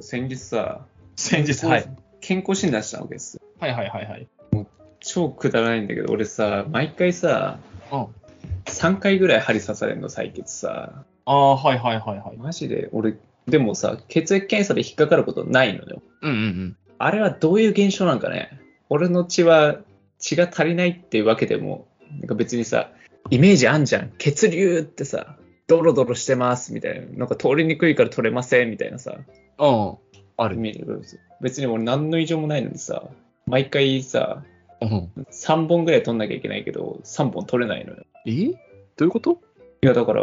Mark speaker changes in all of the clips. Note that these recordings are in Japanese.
Speaker 1: 先日さ、
Speaker 2: 先日、はい。
Speaker 1: 健康診断したわけですよ。
Speaker 2: はいはいはいはい。
Speaker 1: 超くだらないんだけど、俺さ、毎回さ、
Speaker 2: うん
Speaker 1: 3回ぐらい針刺されるの、採血さ。
Speaker 2: ああ、はいはいはいはい。
Speaker 1: マジで、俺、でもさ、血液検査で引っかかることないのよ。
Speaker 2: うんうんうん。
Speaker 1: あれはどういう現象なんかね。俺の血は、血が足りないっていうわけでも、なんか別にさ、イメージあんじゃん。血流ってさ、ドロドロしてますみたいな。なんか通りにくいから取れませんみたいなさ。
Speaker 2: うん。ある。
Speaker 1: 見える別に俺何の異常もないのにさ毎回さ
Speaker 2: うん。
Speaker 1: 3本ぐらい取んなきゃいけないけど3本取れないのよ
Speaker 2: えどういうこと
Speaker 1: いやだから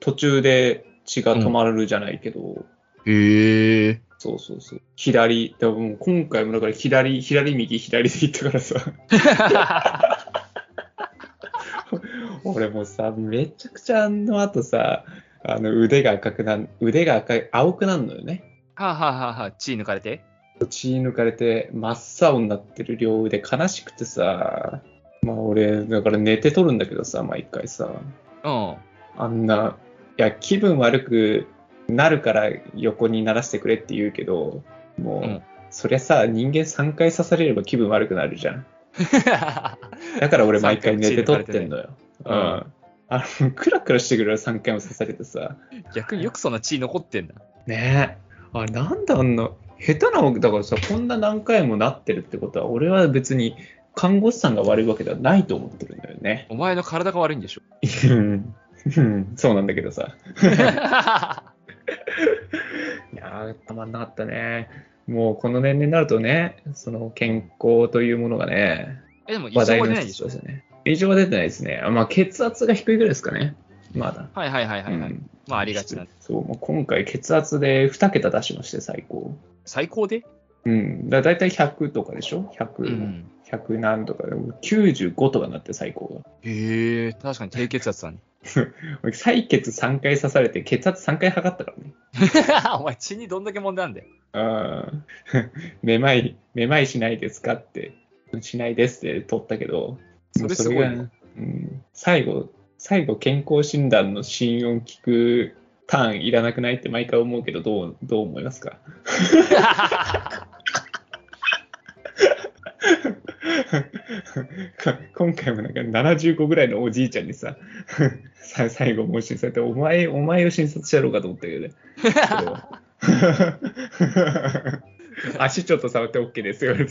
Speaker 1: 途中で血が止まるじゃないけど、
Speaker 2: へえ。
Speaker 1: そうそうそう左だからもう今回もだから左左右左で行ったからさ俺もさめちゃくちゃあの後さあの腕が赤くなん腕が赤い青くなるのよね
Speaker 2: はあ、はあはあはあ、血抜かれて。
Speaker 1: 血抜かれて真っ青になってる両腕悲しくてさまあ俺だから寝てとるんだけどさ毎回さ
Speaker 2: うん。
Speaker 1: あんないや気分悪くなるから横にならせてくれって言うけどもう、
Speaker 2: うん
Speaker 1: そりゃさ人間3回刺されれば気分悪くなるじゃんだから俺毎回寝てとってんのよ、
Speaker 2: 回
Speaker 1: う
Speaker 2: も
Speaker 1: んあのクラクラしてくるよ3回も刺されてさ
Speaker 2: 逆によくそんな血残ってんだ。
Speaker 1: ねえあれなんであんな下手なわけだからさこんな何回もなってるってことは俺は別に看護師さんが悪いわけではないと思ってるんだよね
Speaker 2: お前の体が悪いんで しょ。
Speaker 1: うんうんそうなんだけどさいやーたまんなかったねもうこの年齢になるとねその健康というものがね
Speaker 2: え、でも異常
Speaker 1: 話
Speaker 2: は
Speaker 1: 題
Speaker 2: 出
Speaker 1: の
Speaker 2: ない
Speaker 1: 一
Speaker 2: でし
Speaker 1: つ
Speaker 2: ょ
Speaker 1: で。すよね異常は出てないですねあまあ血圧が低いぐらいですかねまだ
Speaker 2: はいはいはいはい。は
Speaker 1: う
Speaker 2: い
Speaker 1: ん
Speaker 2: まあ、ありがちな。
Speaker 1: そうもう今回血圧で2桁出しまして最高
Speaker 2: 最高で
Speaker 1: うん、だ大体100とかでしょ ?100、
Speaker 2: うん。
Speaker 1: 100何とかで、95とかなって最高が。
Speaker 2: へえ、確かに低血圧 だね。
Speaker 1: 俺採血3回刺されて、血圧3回測ったからね。
Speaker 2: お前、血にどんだけ問題あんだよ。
Speaker 1: あー めまい、めまいしないですかって、しないですって取ったけど、
Speaker 2: それすごい
Speaker 1: もう
Speaker 2: な。
Speaker 1: それがうん、最後、最後健康診断の心音聞くターンいらなくないって毎回思うけど、どう、どう思いますか か今回もなんか75ぐらいのおじいちゃんにさ、さ最後もう診察って、お前、お前を診察してやろうかと思った けどね。 足ちょっと触って OK ですよ。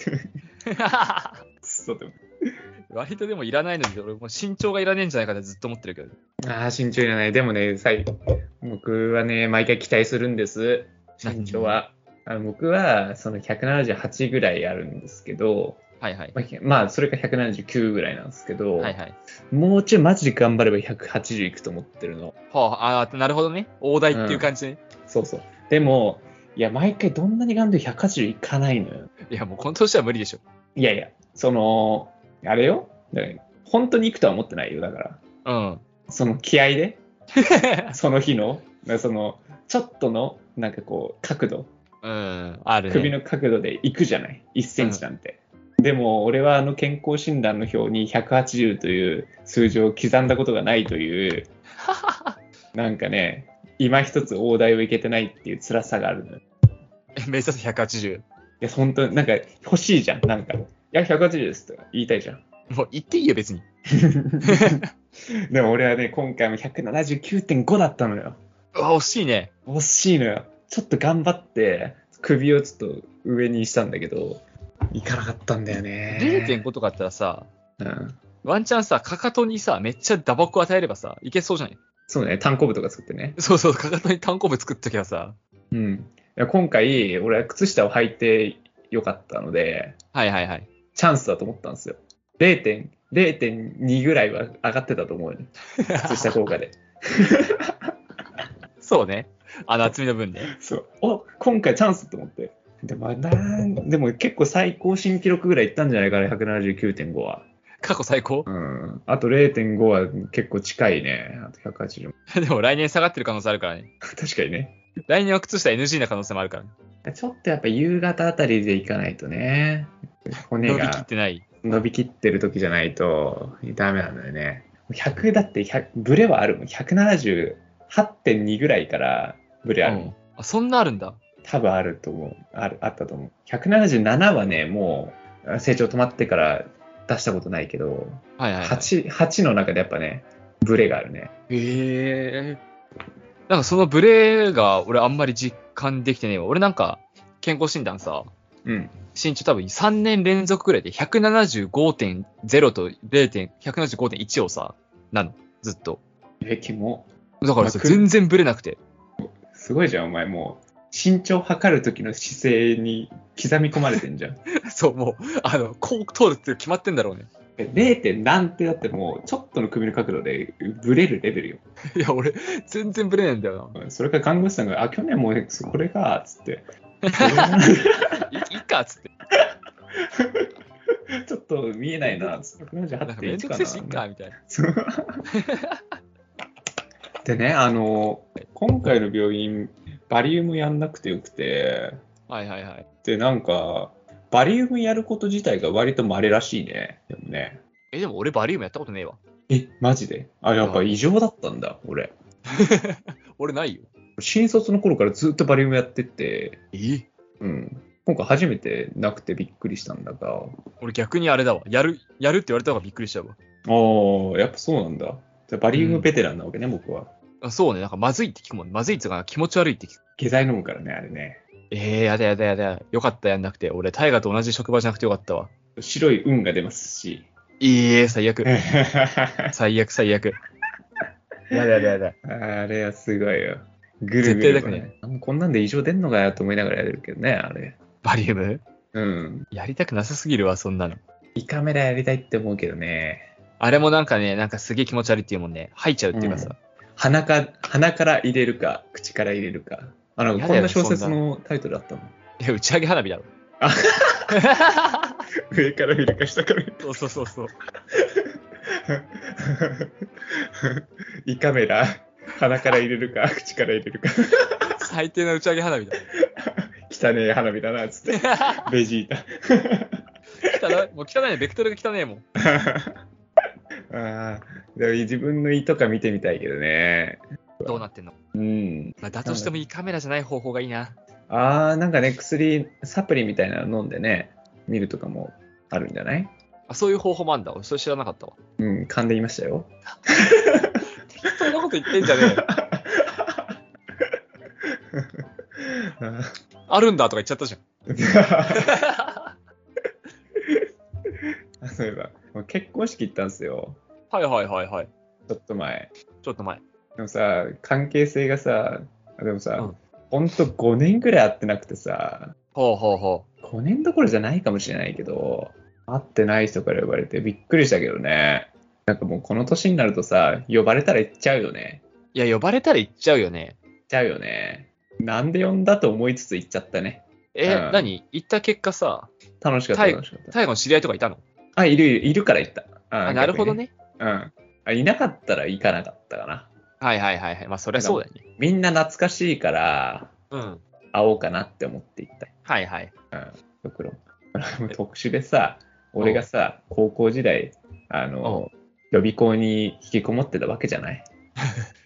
Speaker 1: 言われてくそでも
Speaker 2: 割とでもいらないのに、俺もう身長がいらねえんじゃないかってずっと思ってるけど。
Speaker 1: ああ、身長いらない。でもね、最僕はね、毎回期待するんです。身長は。あの僕は、その178ぐらいあるんですけど、
Speaker 2: はいはい。
Speaker 1: まあひまあ、それか179ぐらいなんですけど、
Speaker 2: はいはい。
Speaker 1: もうちょいマジで頑張れば180いくと思ってるの。
Speaker 2: はあ、あーなるほどね。大台っていう感じね。
Speaker 1: そうそう。でも、いや、毎回どんなに頑張っても180いかないのよ。
Speaker 2: いや、もうこの年は無理でしょ。
Speaker 1: いやいや、その、あれよ。だから本当にいくとは思ってないよ。だから、
Speaker 2: うん。
Speaker 1: その気合で、その日の、その、ちょっとの、なんかこう、角度。
Speaker 2: うん。あるね。
Speaker 1: 首の角度で行くじゃない1センチなんて、でも俺はあの健康診断の表に180という数字を刻んだことがないというなんかね今一つ大台をいけてないっていう辛さがあるのよい
Speaker 2: 目指せ180。
Speaker 1: や本当になんか欲しいじゃんなんか「いや180です」とか言いたいじゃん
Speaker 2: もう言っていいよ、別に。
Speaker 1: でも俺はね今回も179.5だったのよ
Speaker 2: うわ、惜しいね。
Speaker 1: 惜しいのよちょっと頑張って首をちょっと上にしたんだけどいかなかったんだよね
Speaker 2: 0.5とかあったらさ、
Speaker 1: うん
Speaker 2: ワンチャンさ、かかとにさ、めっちゃ打撲を与えればさ、いけそうじゃない
Speaker 1: そうね、単行部とか作ってね。
Speaker 2: そうそう、かかとに単行部作っときゃさ。
Speaker 1: うん。いや今回、俺は靴下を履いてよかったので、
Speaker 2: はいは いはい。
Speaker 1: チャンスだと思ったんですよ。0. 点0.2ぐらいは上がってたと思うよね。靴下効果で。
Speaker 2: そうね。あの厚みの分ね。
Speaker 1: そう。お今回チャンスと思って。でも、なんでも結構最高新記録ぐらいいったんじゃないかな、179.5は。
Speaker 2: 過去最高
Speaker 1: うん。あと0.5は結構近いね。あと180も。
Speaker 2: でも来年下がってる可能性あるからね。
Speaker 1: 確かにね。
Speaker 2: 来年は靴下 NG な可能性もあるからね。
Speaker 1: ちょっとやっぱ夕方あたりで行かないとね。骨
Speaker 2: 伸
Speaker 1: が。
Speaker 2: びきってない。
Speaker 1: 伸びきってる時じゃないとダメなんだよね。100だって100ブレはあるもん。178.2ぐらいからブレあるもん。
Speaker 2: うんあそんなあるんだ。
Speaker 1: 多分あると思う。ある、あったと思う。177はね、もうあ成長止まってから出したことないけど、
Speaker 2: はいはい、はい。
Speaker 1: 8、8の中でやっぱね、ブレがあるね。
Speaker 2: ええなんかそのブレが俺あんまり実感できてねえわ。俺なんか健康診断さ、
Speaker 1: うん。
Speaker 2: 身長多分3年連続くらいで175.0と0 175.1をさ、なの。ずっと。
Speaker 1: え、キモ。
Speaker 2: だからさ、
Speaker 1: 楽
Speaker 2: 全然ブレなくて。
Speaker 1: すごいじゃん、お前もう。身長測る時の姿勢に刻み込まれてん じゃん。
Speaker 2: そう、もう、あの、こう通るって決まってんだろうね。
Speaker 1: え 0. 点何ってだってもう、ちょっとの首の角度でブレるレベルよ。
Speaker 2: いや、俺、全然ブレないんだよ
Speaker 1: うんそれから看護師さんが、あ、去年もうこれか、つって。
Speaker 2: な。いいいっか、つって。
Speaker 1: ちょっと見えないな、つって。
Speaker 2: なんかめんどくせえし、いっ
Speaker 1: 78.1かな
Speaker 2: か、みたいな。
Speaker 1: そうでね、あの、今回の病院、バリウムやんなくてよくて、
Speaker 2: はいはいはい。
Speaker 1: で、なんか、バリウムやること自体が割と稀らしいね。でもね。
Speaker 2: え、でも俺バリウムやったことねえわ。
Speaker 1: え、マジであ、やっぱ異常だったんだ、俺。
Speaker 2: 俺ないよ。
Speaker 1: 新卒の頃からずっとバリウムやってて、
Speaker 2: え
Speaker 1: うん。今回初めてなくてびっくりしたんだが、
Speaker 2: 俺逆にあれだわ。やる、やるって言われた方がびっくりしちゃうわ。
Speaker 1: ああ、やっぱそうなんだ。じゃあバリウムベテランなわけね、僕は。
Speaker 2: あそうね、なんかまずいって聞くもん。まずいっていうか気持ち悪いって聞く。
Speaker 1: 下剤飲むからね、あれね。
Speaker 2: ええやだやだやだ。よかったやんなくて。俺、大河と同じ職場じゃなくてよかったわ。
Speaker 1: 白い運が出ますし。
Speaker 2: いいえ、最悪。最悪、最悪。 やだやだやだ。
Speaker 1: あれはすごいよ。ぐるぐる、
Speaker 2: 絶対だね
Speaker 1: あんまこんなんで異常出んのかよと思いながらやるけどね、あれ。
Speaker 2: バリウム
Speaker 1: うん。
Speaker 2: やりたくなさすぎるわ、そんなの。
Speaker 1: 胃カメラやりたいって思うけどね。
Speaker 2: あれもなんかね、なんかすげえ気持ち悪いっていうもんね。吐いちゃうっていうかさ。
Speaker 1: 鼻か、鼻から入れるか、口から入れるか。あの、
Speaker 2: やだよ
Speaker 1: こんな小
Speaker 2: そ
Speaker 1: 説
Speaker 2: んな
Speaker 1: のタイトルあったもん。
Speaker 2: いや、打ち上げ花火だろ。
Speaker 1: 上から見るか下から見る
Speaker 2: そうそうそうそう。
Speaker 1: 胃カメラ、鼻から入れるか、口から入れるか。
Speaker 2: 最低な打ち上げ花火だ。
Speaker 1: 汚ねえ花火だな、つ って。ベジータ。
Speaker 2: 汚い。もう汚いね。ベクトルが汚いもん。
Speaker 1: ああ、でも自分の胃とか見てみたいけどね。
Speaker 2: どうなってんの、
Speaker 1: うん。
Speaker 2: まあ、だとしてもいいカメラじゃない方法がいいな。
Speaker 1: ああ、なんかね、薬、サプリみたいなの飲んでね、見るとかもあるんじゃない
Speaker 2: あそういう方法もあんだ。俺、それ知らなかったわ。
Speaker 1: うん、噛んでいましたよ。
Speaker 2: そんなこと言ってんじゃねえよ。 あるんだとか言っちゃったじゃん。
Speaker 1: そういえば、もう結婚式行ったんですよ。
Speaker 2: はいはいはいはい。
Speaker 1: ちょっと前。
Speaker 2: ちょっと前。
Speaker 1: でもさ、関係性がさ、でもさ、
Speaker 2: うん
Speaker 1: ほんと5年ぐらい会ってなくてさ、
Speaker 2: ほうほうほう。
Speaker 1: 5年どころじゃないかもしれないけど、会ってない人から呼ばれてびっくりしたけどね。なんかもうこの年になるとさ、呼ばれたら行っちゃうよね。
Speaker 2: いや、呼ばれたら行っちゃうよね。
Speaker 1: 行っちゃうよね。なんで呼んだと思いつつ行っちゃったね。
Speaker 2: え、
Speaker 1: うん
Speaker 2: 何行った結果さ、
Speaker 1: 楽しかった、
Speaker 2: タイ
Speaker 1: 楽しかった。
Speaker 2: 最後の知り合いとかいたの
Speaker 1: あ、いる、いるいるから行った。あ
Speaker 2: あ、なるほど。ね。
Speaker 1: 逆にうん。あ、いなかったら行かなかったかな。
Speaker 2: はいはいはいはい。まあ、そりゃそうだよね。
Speaker 1: みんな懐かしいから、
Speaker 2: うん。
Speaker 1: 会おうかなって思って行った。
Speaker 2: はいはい。
Speaker 1: ドクロ。もう特殊でさ、俺がさ、高校時代、あの、予備校に引きこもってたわけじゃない。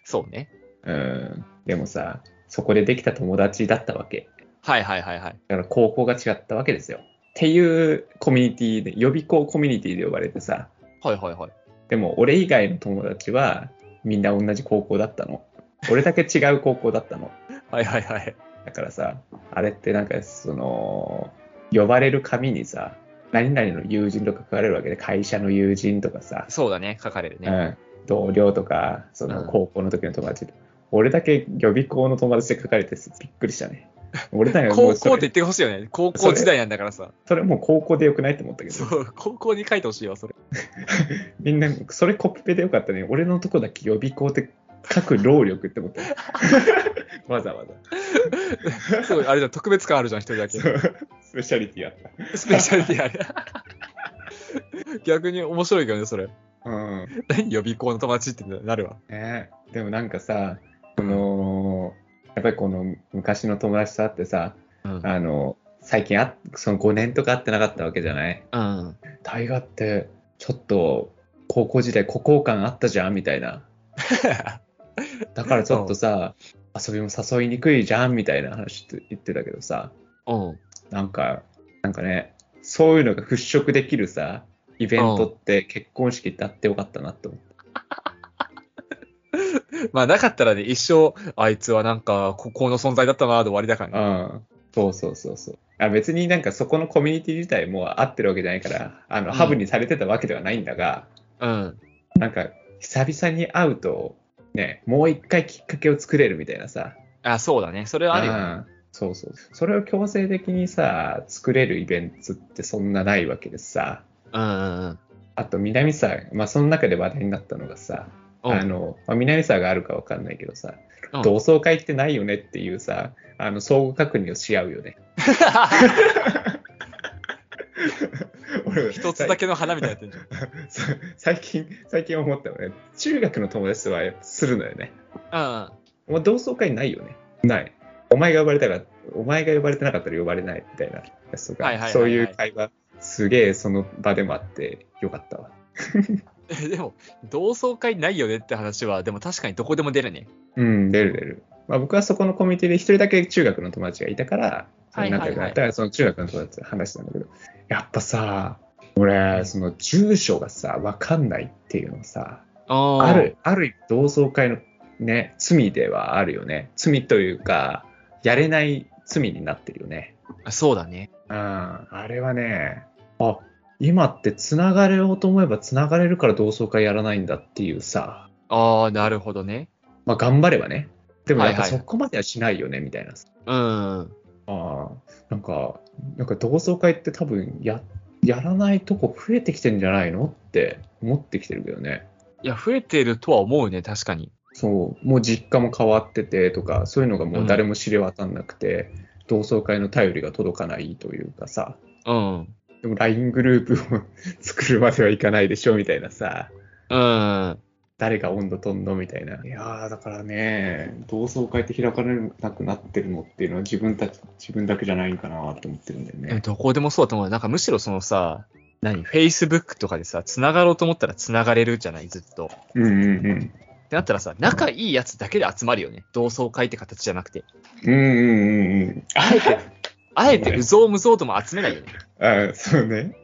Speaker 2: そうね。
Speaker 1: うん。でもさ、そこでできた友達だったわけ。
Speaker 2: はいはいはいはい。
Speaker 1: だから高校が違ったわけですよ。っていうコミュニティで、予備校コミュニティで呼ばれてさ、
Speaker 2: はいはいはい。
Speaker 1: でも俺以外の友達はみんな同じ高校だったの。俺だけ違う高校だったの。
Speaker 2: はいはいはい。
Speaker 1: だからさ、あれってなんかその、呼ばれる紙にさ、何々の友人とか書かれるわけで、会社の友人とかさ、
Speaker 2: そうだね。書かれる
Speaker 1: う
Speaker 2: ね。
Speaker 1: ん、同僚とか、その
Speaker 2: うん
Speaker 1: 高校の時の友達、俺だけ予備校の友達で書かれてびっくりしたね。俺だけも
Speaker 2: 高
Speaker 1: うそ
Speaker 2: 校って
Speaker 1: れ
Speaker 2: 言ってほしいよね。高校時代なんだからさ。
Speaker 1: それもう高校でよくないと思ったけど、
Speaker 2: そう、高校に書いてほしいわ、それ。
Speaker 1: みんなそれコピペでよかったね。俺のとこだけ予備校って書く労力って思った。 わざわざ。
Speaker 2: すごい、あれじゃん、特別感あるじゃん、一人だけ
Speaker 1: そ。うスペシャリティあった。
Speaker 2: スペシャリティあれ。逆に面白いけどね、それ。
Speaker 1: うん。
Speaker 2: 何 予備校の友達ってなるわ。
Speaker 1: ねえ、でもなんかさ、この、やっぱりこの昔の友達と会ってさ、
Speaker 2: うん。
Speaker 1: あの、最近あ、その5年とか会ってなかったわけじゃない
Speaker 2: うん。
Speaker 1: 大河って、ちょっと、 高校時代、孤高感あったじゃんみたいな。だからちょっとさ、遊びも誘いにくいじゃんみたいな話って言ってたけどさ、
Speaker 2: うん。
Speaker 1: なんか、なんかね、そういうのが払拭できるさ、イベントって結婚式ってあってよかったなって思って。
Speaker 2: まあなかったらね、一生、あいつはなんか、ここの存在だったな、で終わりだからね。
Speaker 1: うん。そうそうそうそう。あ別になんかそこのコミュニティ自体もう合ってるわけじゃないから、あの、
Speaker 2: うん
Speaker 1: ハブにされてたわけではないんだが、
Speaker 2: うん。
Speaker 1: なんか、久々に会うと、ね、もう一回きっかけを作れるみたいなさ。
Speaker 2: あ、そうだね。それはあるよね。
Speaker 1: うんそうそう。それを強制的にさ、作れるイベントってそんなないわけでさ。
Speaker 2: うんうん
Speaker 1: あと、南さん、まあ、その中で話題になったのがさ、
Speaker 2: うん。
Speaker 1: あの、まあ、南沢があるかわかんないけどさ、
Speaker 2: うん
Speaker 1: 同窓会ってないよねっていうさ、あの、相互確認をし合うよね。俺
Speaker 2: 一つだけの花みたいになってんじ
Speaker 1: さ 最近、最近思ったのね、中学の友達とはやっぱするのよね。
Speaker 2: ゃん。
Speaker 1: お前同窓会ないよね。ない。お前が呼ばれたら、お前が呼ばれてなかったら呼ばれないみたいなやつと
Speaker 2: はいは
Speaker 1: か、
Speaker 2: いはいはい
Speaker 1: そういう会話、すげえその場でもあってよかったわ。
Speaker 2: うん。 でも、同窓会ないよねって話は、でも確かにどこでも出るね。
Speaker 1: うん、出る出る。まあ、僕はそこのコミュニティで一人だけ中学の友達がいたから、その仲良くなったから、その中学の友達と話したんだけど、やっぱさ、俺、その住所がさ、わかんないっていうのさ、
Speaker 2: あ
Speaker 1: ある、ある意味同窓会のね、罪ではあるよね。罪というか、やれない罪になってるよね。
Speaker 2: そうだね。
Speaker 1: うん、あれはね、あ、今って繋がれようと思えば繋がれるから同窓会やらないんだっていうさ、
Speaker 2: ああ、なるほどね。
Speaker 1: まあ頑張ればね。でもなんか
Speaker 2: はいはい
Speaker 1: そこまではしないよね、みたいなさ。
Speaker 2: うん。
Speaker 1: ああ、なんか、なんか同窓会って多分や、やらないとこ増えてきてんじゃないのって思ってきてるけどね。
Speaker 2: いや、増えてるとは思うね、確かに。
Speaker 1: そう、もう実家も変わっててとか、そういうのがもう誰も知れ渡んなくて、同窓会の頼りが届かないというかさ、
Speaker 2: うん。
Speaker 1: でも LINE グループを 作るまではいかないでしょ、みたいなさ。
Speaker 2: うん。
Speaker 1: 誰が温度とんのみたいな。いやー、だからね、同窓会って開かれなくなってるのっていうのは自分たち、自分だけじゃないんかなって思ってるんだよね。
Speaker 2: どこでもそうだと思う。なんかむしろそのさ、何 ?Facebook とかでさ、繋がろうと思ったら繋がれるじゃない、ずっと。
Speaker 1: うんうんうん。
Speaker 2: ってなったらさ、仲いいやつだけで集まるよね。同窓会って形じゃなくて。
Speaker 1: うんうんうんうん。
Speaker 2: あえて、あえてうぞうむぞうとも集めないよね。
Speaker 1: あそうね。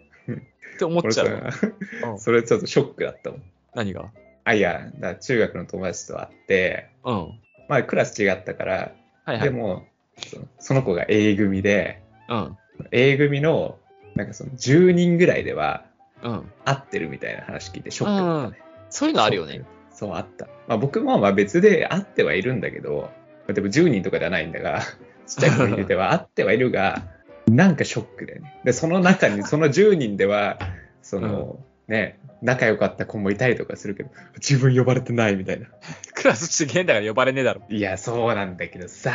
Speaker 2: って思っ
Speaker 1: 俺
Speaker 2: ちゃ
Speaker 1: さ
Speaker 2: う。う ん
Speaker 1: それちょっとショックだったもん。
Speaker 2: 何が
Speaker 1: あ、いや、だから中学の友達と会って、
Speaker 2: うん。
Speaker 1: まあクラス違ったから、
Speaker 2: はいは
Speaker 1: で
Speaker 2: い。
Speaker 1: も、そのその子が A 組で、
Speaker 2: うん。
Speaker 1: A 組の、なんかその10人ぐらいでは
Speaker 2: うん。
Speaker 1: 合ってるみたいな話聞いてショ
Speaker 2: う
Speaker 1: ックだったね。
Speaker 2: ん。そういうのあるよね。
Speaker 1: そうあった。まあ僕もまあ別であってはいるんだけど、でも10人とかじゃないんだが、 ちっちゃいコミュニティではあってはいるが、なんかショックだよね。で、その中に、その10人では、その、ね、仲良かった子もいたりとかするけど、自分呼ばれてないみたいな。
Speaker 2: クラス違えんだから呼ばれねえ だろ。
Speaker 1: いや、そうなんだけどさ、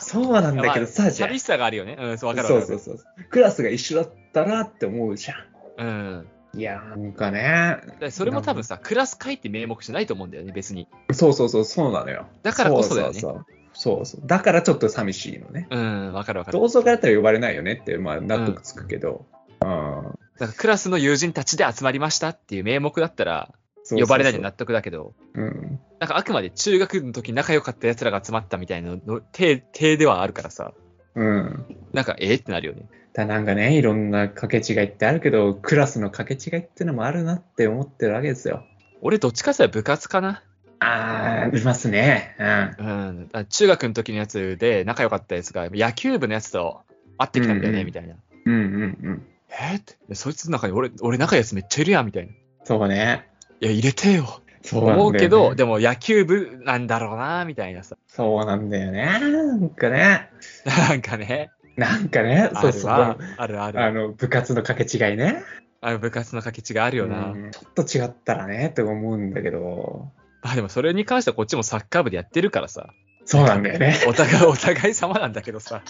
Speaker 1: そうなんだけどさ、じゃあ
Speaker 2: 寂しさがあるよね。うん、そう、わかる
Speaker 1: そ
Speaker 2: わ
Speaker 1: う
Speaker 2: かる。
Speaker 1: そうそう。クラスが一緒だったらって思うじゃ
Speaker 2: うん。
Speaker 1: ん。いや、なんかね、
Speaker 2: だからそれも多分さ、クラス会って名目じゃないと思うんだよね、別に。
Speaker 1: そうそうそう、そうなのよ。
Speaker 2: だからこそだよね
Speaker 1: そうそうそうそうそう。だからちょっと寂しいのね。
Speaker 2: うん、わかるわかる。
Speaker 1: 同窓会だったら呼ばれないよねって、まあ、納得つくけど、うん
Speaker 2: だからクラスの友人たちで集まりましたっていう名目だったら、
Speaker 1: そうそうそう
Speaker 2: 呼ばれないで納得だけど、
Speaker 1: うん、
Speaker 2: なんかあくまで中学の時仲良かった奴らが集まったみたいなの、手、手ではあるからさ、
Speaker 1: うん、
Speaker 2: なんかえーってなるよね。
Speaker 1: だなんかねいろんな掛け違いってあるけどクラスの掛け違いってのもあるなって思ってるわけですよ
Speaker 2: 俺どっちかって言ったら部活かな。
Speaker 1: あーいますねうん
Speaker 2: うん。だから中学の時のやつで仲良かったやつが野球部のやつと会ってきたんだ
Speaker 1: うん
Speaker 2: よ
Speaker 1: う
Speaker 2: ね、
Speaker 1: ん
Speaker 2: みたいな。
Speaker 1: うんうんうん
Speaker 2: えーって、そいつの中に俺、俺仲良いやつめっちゃいるやん、みたいな。い
Speaker 1: そうね
Speaker 2: や、入れてよ。
Speaker 1: そうなんだ
Speaker 2: 思
Speaker 1: よ、
Speaker 2: う
Speaker 1: ね、
Speaker 2: けど、でも野球部なんだろうな、みたいなさ。
Speaker 1: そうなんだよねなんかね
Speaker 2: なんかね、
Speaker 1: なんかね
Speaker 2: あ
Speaker 1: そう
Speaker 2: る
Speaker 1: そう
Speaker 2: わ
Speaker 1: あ。
Speaker 2: あるある。
Speaker 1: の部活の掛け違いね
Speaker 2: あの部活の掛け違いあるよな。
Speaker 1: うんちょっと違ったらねって思うんだけど
Speaker 2: まあでもそれに関してはこっちもサッカー部でやってるからさ。
Speaker 1: そうなんだよね
Speaker 2: お互い、お互い様なんだけどさ。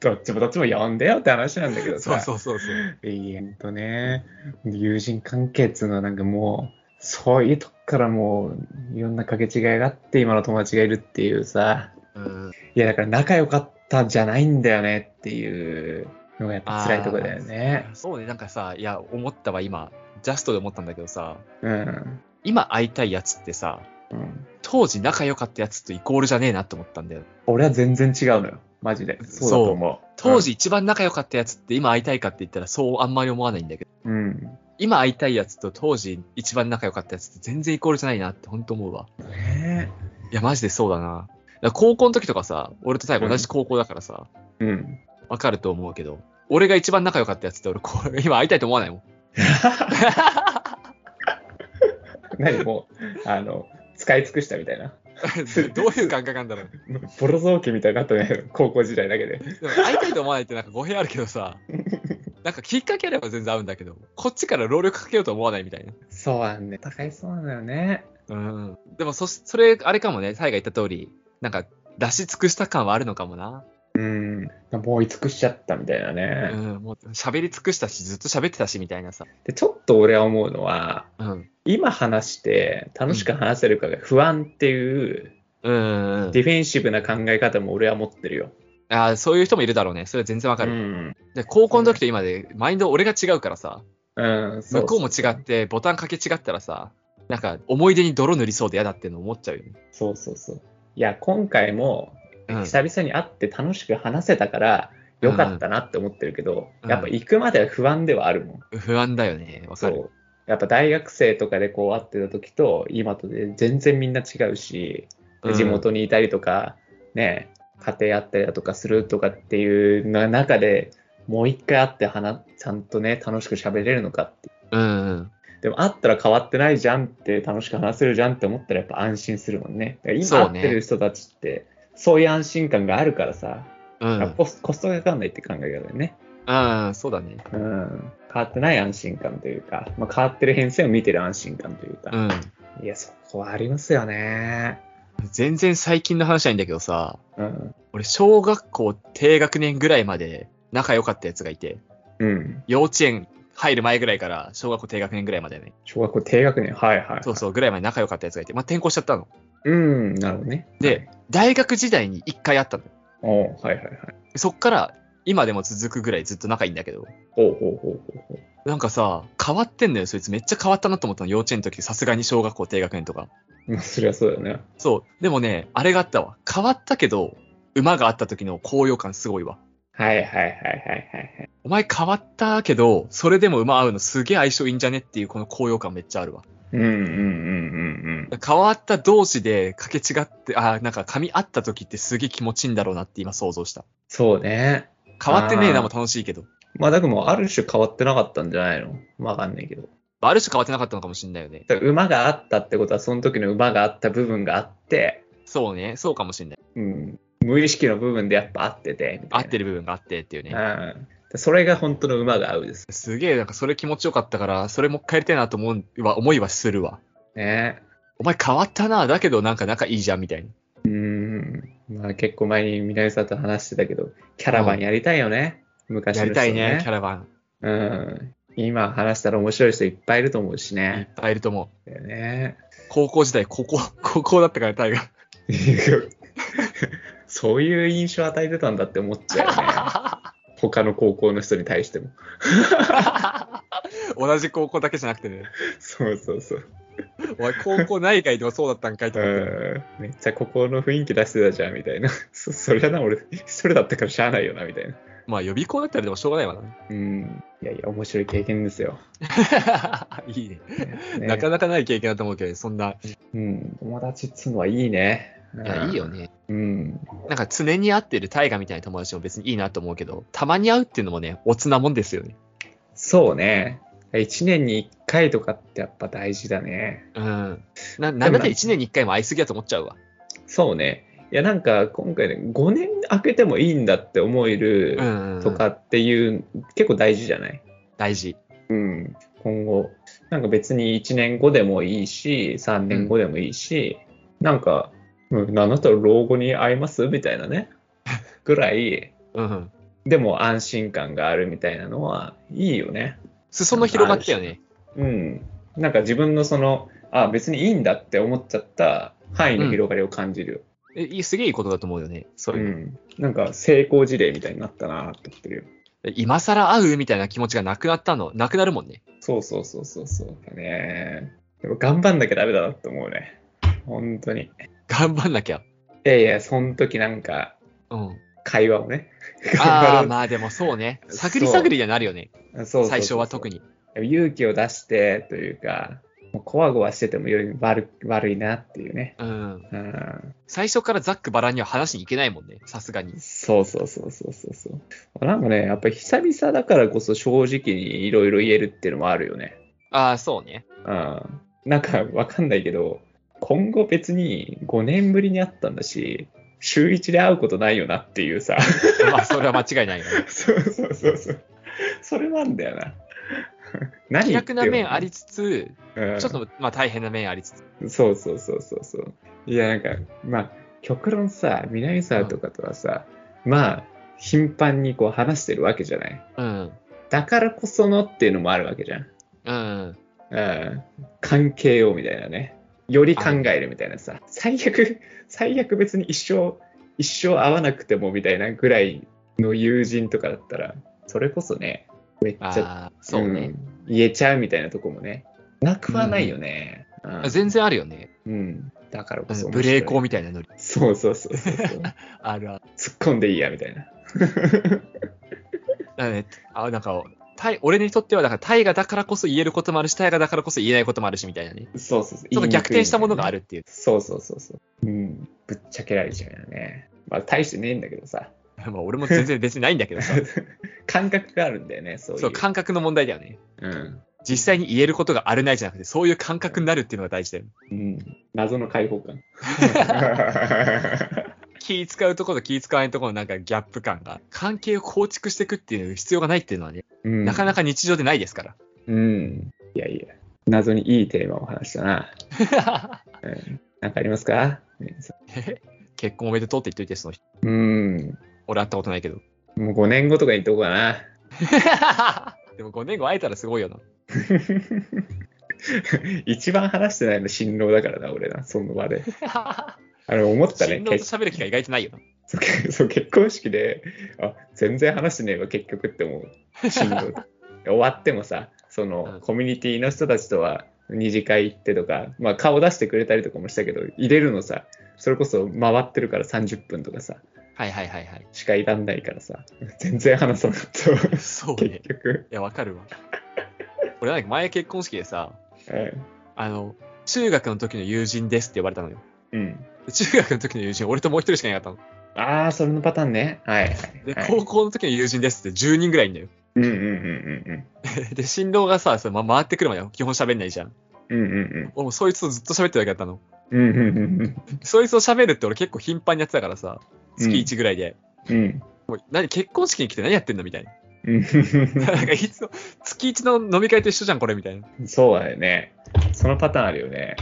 Speaker 1: どっちもどっちも呼んでよって話なんだけど
Speaker 2: そう
Speaker 1: さ
Speaker 2: そうそうそう。
Speaker 1: 永遠とね、友人関係っていうのはなんかもう、そういうとこからもう、いろんな掛け違いがあって、今の友達がいるっていうさ、
Speaker 2: うん。
Speaker 1: いや、だから仲良かったんじゃないんだよねっていうのがやっぱ辛いとこだよね。
Speaker 2: そうね、なんかさ、いや、思ったわ、今。ジャストで思ったんだけどさ、
Speaker 1: うん。
Speaker 2: 今会いたいやつってさ、
Speaker 1: うん、
Speaker 2: 当時仲良かったやつとイコールじゃねえなって思ったんだよ。
Speaker 1: 俺は全然違うのよ。マジで。そうだと思う。
Speaker 2: 当時一番仲良かったやつって今会いたいかって言ったらそうあんまり思わないんだけど、
Speaker 1: うん、うん。
Speaker 2: 今会いたいやつと当時一番仲良かったやつって全然イコールじゃないなって本当思うわ。
Speaker 1: ね
Speaker 2: いや、マジでそうだな。だから高校の時とかさ、俺とタイ同じ高校だからさ、
Speaker 1: え。うん。
Speaker 2: わかると思うけど、俺が一番仲良かったやつって俺こう、今会いたいと思わないもん。
Speaker 1: 何もう、あの、使い尽くしたみたいな。
Speaker 2: どういう感覚なんだろう。
Speaker 1: ボロ雑巾みたいになったね、高校時代だけで。
Speaker 2: でも会いたいと思わないってなんか語弊あるけ どさ、なんかきっかけあれば全然会うんだけど、こっちから労力かけようと思わないみたいな。
Speaker 1: そうなんね。高いそうなんだよね。
Speaker 2: うん。でもそし、それ、あれかもね、タイが言った通り、なんか出し尽くした感はあるのかもな。
Speaker 1: うん。もう尽くしちゃったみたいなね。
Speaker 2: うん、もう喋り尽くしたし、ずっと喋ってたしみたいなさ。
Speaker 1: で、ちょっと俺は思うのは、
Speaker 2: うん。
Speaker 1: 今話して楽しく話せるかが不安っていう、
Speaker 2: うん、うん。
Speaker 1: ディフェンシブな考え方も俺は持ってるよ。
Speaker 2: ああ、そういう人もいるだろうね。それは全然わかる。
Speaker 1: うん。
Speaker 2: で高校の時と今で、マインド俺が違うからさ、
Speaker 1: うん、そ
Speaker 2: 向
Speaker 1: う
Speaker 2: こうも違って、ボタンかけ違ったらさ、なんか思い出に泥塗りそうで嫌だっての思っちゃうよね。
Speaker 1: そうそうそう。いや、今回も
Speaker 2: うん
Speaker 1: 久々に会って楽しく話せたから、よかったなって思ってるけど、
Speaker 2: うん
Speaker 1: やっぱ行くまでは不安ではあるもん。
Speaker 2: 不安だよね。わ
Speaker 1: そ
Speaker 2: かる。
Speaker 1: う。やっぱ大学生とかでこう会ってた時と、今とで全然みんな違うし、
Speaker 2: うん
Speaker 1: 地元にいたりとか、ね、家庭あったりだとかするとかっていうの中でもう一回会って話、ちゃんとね、楽しく喋れるのかって。
Speaker 2: うん、うん。
Speaker 1: でも会ったら変わってないじゃんって、楽しく話せるじゃんって思ったらやっぱ安心するもんね。だから今
Speaker 2: そう
Speaker 1: 会
Speaker 2: ね
Speaker 1: ってる人たちって、そういう安心感があるからさ、
Speaker 2: うん。
Speaker 1: コスコストがかかんないって考え方だよね。
Speaker 2: うん、そうだね。
Speaker 1: うん、変わってない安心感というか、まあ、変わってる変遷を見てる安心感というか、
Speaker 2: うん。
Speaker 1: いや、そこはありますよね。
Speaker 2: 全然最近の話じゃないんだけどさ、
Speaker 1: うん。
Speaker 2: 俺、小学校低学年ぐらいまで仲良かったやつがいて、
Speaker 1: うん。
Speaker 2: 幼稚園入る前ぐらいから、小学校低学年ぐらいまでね。
Speaker 1: 小学校低学年、はいはい。
Speaker 2: そうそう、ぐらいまで仲良かったやつがいて、まあ、転校しちゃったの。
Speaker 1: うん、なるほどね。
Speaker 2: で、大学時代に一回会ったのよ。
Speaker 1: はい、おうはいはいはい。
Speaker 2: そっから、今でも続くぐらいずっと仲いいんだけど、
Speaker 1: ほうほうほうほうほう。
Speaker 2: なんかさ、変わってんだよ、そいつ。めっちゃ変わったなと思ったの、幼稚園の時、さすがに小学校低学年とか。
Speaker 1: まあ、そりゃそうだよ ね。
Speaker 2: そう、でもね、あれがあったわ。変わったけど、馬があった時の高揚感すごいわ。
Speaker 1: はいはいはいはいはいはい。
Speaker 2: お前変わったけど、それでも馬合うのすげえ相性いいんじゃねっていうこの高揚感めっちゃあるわ。
Speaker 1: うんうんうん
Speaker 2: 変わった同士でかけ違って、あーなんか噛み合った時ってすげえ気持ちいいんだろうなって今想像した。
Speaker 1: そうね。
Speaker 2: 変わってねえな
Speaker 1: あー
Speaker 2: も楽しいけど。
Speaker 1: まあ、だからもうある種変わってなかったんじゃないのわかんないけど。
Speaker 2: ある種変わってなかったのかもしんないよね。
Speaker 1: だから馬があったってことは、その時の馬があった部分があって、
Speaker 2: そうね。そうかもしんない。
Speaker 1: うん、無意識の部分でやっぱ合っててみた
Speaker 2: 合
Speaker 1: いな。
Speaker 2: ってる部分があってっていうね。
Speaker 1: うん。それが本当の馬が合うです
Speaker 2: すげえなんかそれ気持ちよかったから、それもう一回やりたいなと思うは、思いはするわ。
Speaker 1: ね。
Speaker 2: お前変わったな、だけどなんか仲いいじゃんみたいな。
Speaker 1: うん。まあ結構前に南さんと話してたけど、キャラバンやりたいよね。昔の
Speaker 2: や
Speaker 1: 人
Speaker 2: りたいね、キャラバン。
Speaker 1: うん。今話したら面白い人いっぱいいると思うし
Speaker 2: いっ
Speaker 1: ね。
Speaker 2: ぱいいると思う。
Speaker 1: だよね。
Speaker 2: 高校時代、高校、 高校だったから、タイガー。
Speaker 1: そういう印象与えてたんだって思っちゃうよね。 他の高校の人に対しても。
Speaker 2: 同じ高校だけじゃなくてね。
Speaker 1: そうそうそう。
Speaker 2: お前高校内外でもそうだったんかいと思って。
Speaker 1: うん。めっちゃここの雰囲気出してたじゃんみたいな。 そそりゃな、俺、一人だったからしゃあないよなみたいな。
Speaker 2: まあ予備校だったらでもしょうがない わな。
Speaker 1: うん。いやいや、面白い経験ですよ。
Speaker 2: いいね
Speaker 1: ね
Speaker 2: なかなかない経験だと思うけど、そんな。
Speaker 1: うん。友達っつうのはいいね。
Speaker 2: いや、いいよ。ね。
Speaker 1: うん。
Speaker 2: なんか常に会ってるタイガみたいな友達も別にいいなと思うけど、たまに会うっていうのもね、おつなもんですよね。
Speaker 1: そうね。1年に1回とかってやっぱ大事だね。
Speaker 2: うん。な、なんだって1年に1回も会いすぎやと思っちゃうわ。
Speaker 1: そうね。いや、なんか今回ね、5年空けてもいいんだって思え
Speaker 2: う
Speaker 1: る
Speaker 2: ん。
Speaker 1: とか。っていう、結構大事じゃない
Speaker 2: 大事。
Speaker 1: うん。今後。なんか別に1年後でもいいし、3年後でもいいし、なんか、うん、なんだったら老後に会いますみたいな ね。ぐらい、
Speaker 2: うん。
Speaker 1: でも安心感があるみたいなのはいいよね。
Speaker 2: 裾野広がったよね。
Speaker 1: うん。なんか自分のその、あ、別にいいんだって思っちゃった範囲の広がりを感じるよ。。
Speaker 2: え、いい、すげえいいことだと思うよね。そうういうんの。
Speaker 1: なんか成功事例みたいになったなって思ってるよ。
Speaker 2: 今更会うみたいな気持ちがなくなったの、なくなるもんね。
Speaker 1: そうそうそうそうそうだね。でも頑張んなきゃダメだなって思うね。本当に。い
Speaker 2: 頑張んなきゃ。
Speaker 1: やいや、その時なんか、
Speaker 2: うん。
Speaker 1: 会話をね。
Speaker 2: ああ、
Speaker 1: 頑張
Speaker 2: まあでもそうね。探り探りにはなるよね。
Speaker 1: ろうそうそうそう
Speaker 2: 最初は特に。
Speaker 1: 勇気を出してというか、もうこわごわしててもより悪悪いなっていうね。
Speaker 2: うん。
Speaker 1: うん、
Speaker 2: 最初からざっくばらんには話しに行けないもんね。さすがに。
Speaker 1: そうそうそうそうそうそう。なんかね、やっぱり久々だからこそ正直にいろいろ言えるっていうのもあるよね。
Speaker 2: ああ、そう ね。
Speaker 1: うん。なんかわかんないけど、今後別に5年ぶりに会ったんだし、週1で会うことないよなっていうさ。
Speaker 2: まあそれは間違いないよね。
Speaker 1: そうそうそうそう。それなんだよな。何
Speaker 2: 気
Speaker 1: 言って
Speaker 2: 楽
Speaker 1: も
Speaker 2: な面ありつつ、
Speaker 1: うん
Speaker 2: ちょっとまあ大変な面ありつつ。
Speaker 1: そうそうそうそうそう。いや、なんか、まあ、極論さ、南沢とかとはさ、まあ、頻繁にこう話してるわけじゃない。
Speaker 2: うん。
Speaker 1: だからこそのっていうのもあるわけじゃん。
Speaker 2: うん。
Speaker 1: うん。関係をみたいなね。より考えるみたいなさ。最悪、最悪別に一生、一生会わなくてもみたいなぐらいの友人とかだったら、それこそね、めっちゃ、
Speaker 2: ああ、そうね。
Speaker 1: うん言えちゃうみたいなとこもね、なくはないよね。うん
Speaker 2: 全然あるよね。
Speaker 1: うん。だからこそ
Speaker 2: ブレーコー
Speaker 1: み
Speaker 2: みたいなノリ。
Speaker 1: そうそうそうそう そう。
Speaker 2: あるある。
Speaker 1: 突っ込んでいいや、みたいな。
Speaker 2: だからねあなんか、タイ俺にとっては、だから、大河だからこそ言えることもあるし、大河だからこそ言えないこともあるし、みたいなね。
Speaker 1: そうそうそう。
Speaker 2: ちょっと逆転したものがあ
Speaker 1: る。
Speaker 2: るっていう。
Speaker 1: そうそうそうそう。うん。ぶっちゃけられちゃうよね。まあ、大してねえんだけどさ。
Speaker 2: まあ、俺も全然別にないんだけどさ。
Speaker 1: 感覚があるんだよね、そういう。
Speaker 2: そう、感覚の問題だよね。
Speaker 1: うん。
Speaker 2: 実際に言えることがあるないじゃなくて、そういう感覚になるっていうのが大事だよ。
Speaker 1: うん。謎の解放 感。
Speaker 2: 気使うところと気使わないところのなんかギャップ感が、関係を構築していくっていう必要がないっていうのはね、
Speaker 1: うん、
Speaker 2: なかなか日常でないですから。
Speaker 1: うん。いやいや。謎にいいテーマを話したな。 うん。なんかありますか
Speaker 2: 結婚おめでとうって言っといて、その人。
Speaker 1: うん。
Speaker 2: 俺会ったことないけど。
Speaker 1: もう5年後とかに言っとこうかな。
Speaker 2: でも5年後会えたらすごいよな。
Speaker 1: 一番話してないの新郎だからな、俺な、その場で。あれ、思ったね
Speaker 2: 新郎と
Speaker 1: 結
Speaker 2: 喋る機会意外とないよな。
Speaker 1: そう結 そう結婚式で、あ全然話してねえわ、結局って思う、新郎 終わってもさ、その、
Speaker 2: うん
Speaker 1: コミュニティの人たちとは二次会行ってとか、まあ、顔出してくれたりとかもしたけど、入れるのさ、それこそ回ってるから30分とかさ、
Speaker 2: はいはいはいはい。
Speaker 1: しかいらんないからさ、全然話さなかったわ
Speaker 2: そ う
Speaker 1: 結
Speaker 2: ね。
Speaker 1: 局。
Speaker 2: いや、わかるわ。俺なんか前結婚式でさ、
Speaker 1: うん
Speaker 2: あの、中学の時の友人ですって言われたのよ。
Speaker 1: うん。
Speaker 2: 中学の時の友人、俺ともう一人しかいなかったの。
Speaker 1: ああ、それのパターンね。はいはい。
Speaker 2: で
Speaker 1: は、い
Speaker 2: 高校の時の友人ですって10人ぐらいいんだよ。
Speaker 1: うんうんうんうん
Speaker 2: で、新郎がさ、そのま回ってくるまでは基本喋んないじゃん。
Speaker 1: うん。うんうんうん。
Speaker 2: 俺もうそいつとずっと喋ってるだけだったの。
Speaker 1: うんうんうん
Speaker 2: そいつと喋るって俺結構頻繁にやってたからさ、月1ぐらいで。
Speaker 1: うん
Speaker 2: もう何結婚式に来て何やってんのみ たいな。
Speaker 1: う
Speaker 2: なんかいつも月1の飲み会と一緒じゃん、これみたいな。
Speaker 1: んそうだよね。そのパターンあるよね。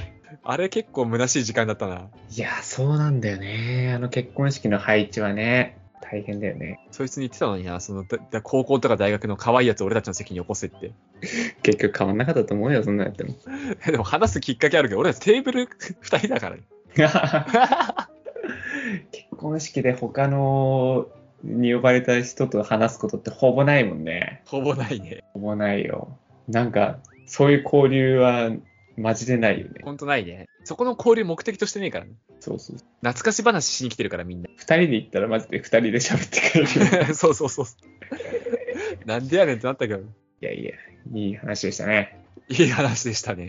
Speaker 2: あれ結構虚しい時間だったな。
Speaker 1: いや、そうなんだよね。あの結婚式の配置はね、大変だよね。
Speaker 2: そいつに言ってたのにな、そのだだ高校とか大学の可愛いやつ俺たちの席に起こせって。
Speaker 1: 結局変わんなかったと思うよ、そんなやっても。
Speaker 2: でも話すきっかけあるけど、俺たちテーブル 2人だからね。
Speaker 1: 結婚式で他のに呼ばれた人と話すことってほぼないもんね。
Speaker 2: ほぼないね。
Speaker 1: ほぼないよ。なんか、そういう交流はマジでないよね。
Speaker 2: ほんとないね。そこの交流目的としてねえからね。
Speaker 1: そうそう。
Speaker 2: 懐かし話しに来てるからみんな。
Speaker 1: 二人で行ったらマジで二人で喋ってくれる。
Speaker 2: そうそうそう。なんでやねんってなったけど、
Speaker 1: いやいや、いい話でしたね。
Speaker 2: いい話でしたね。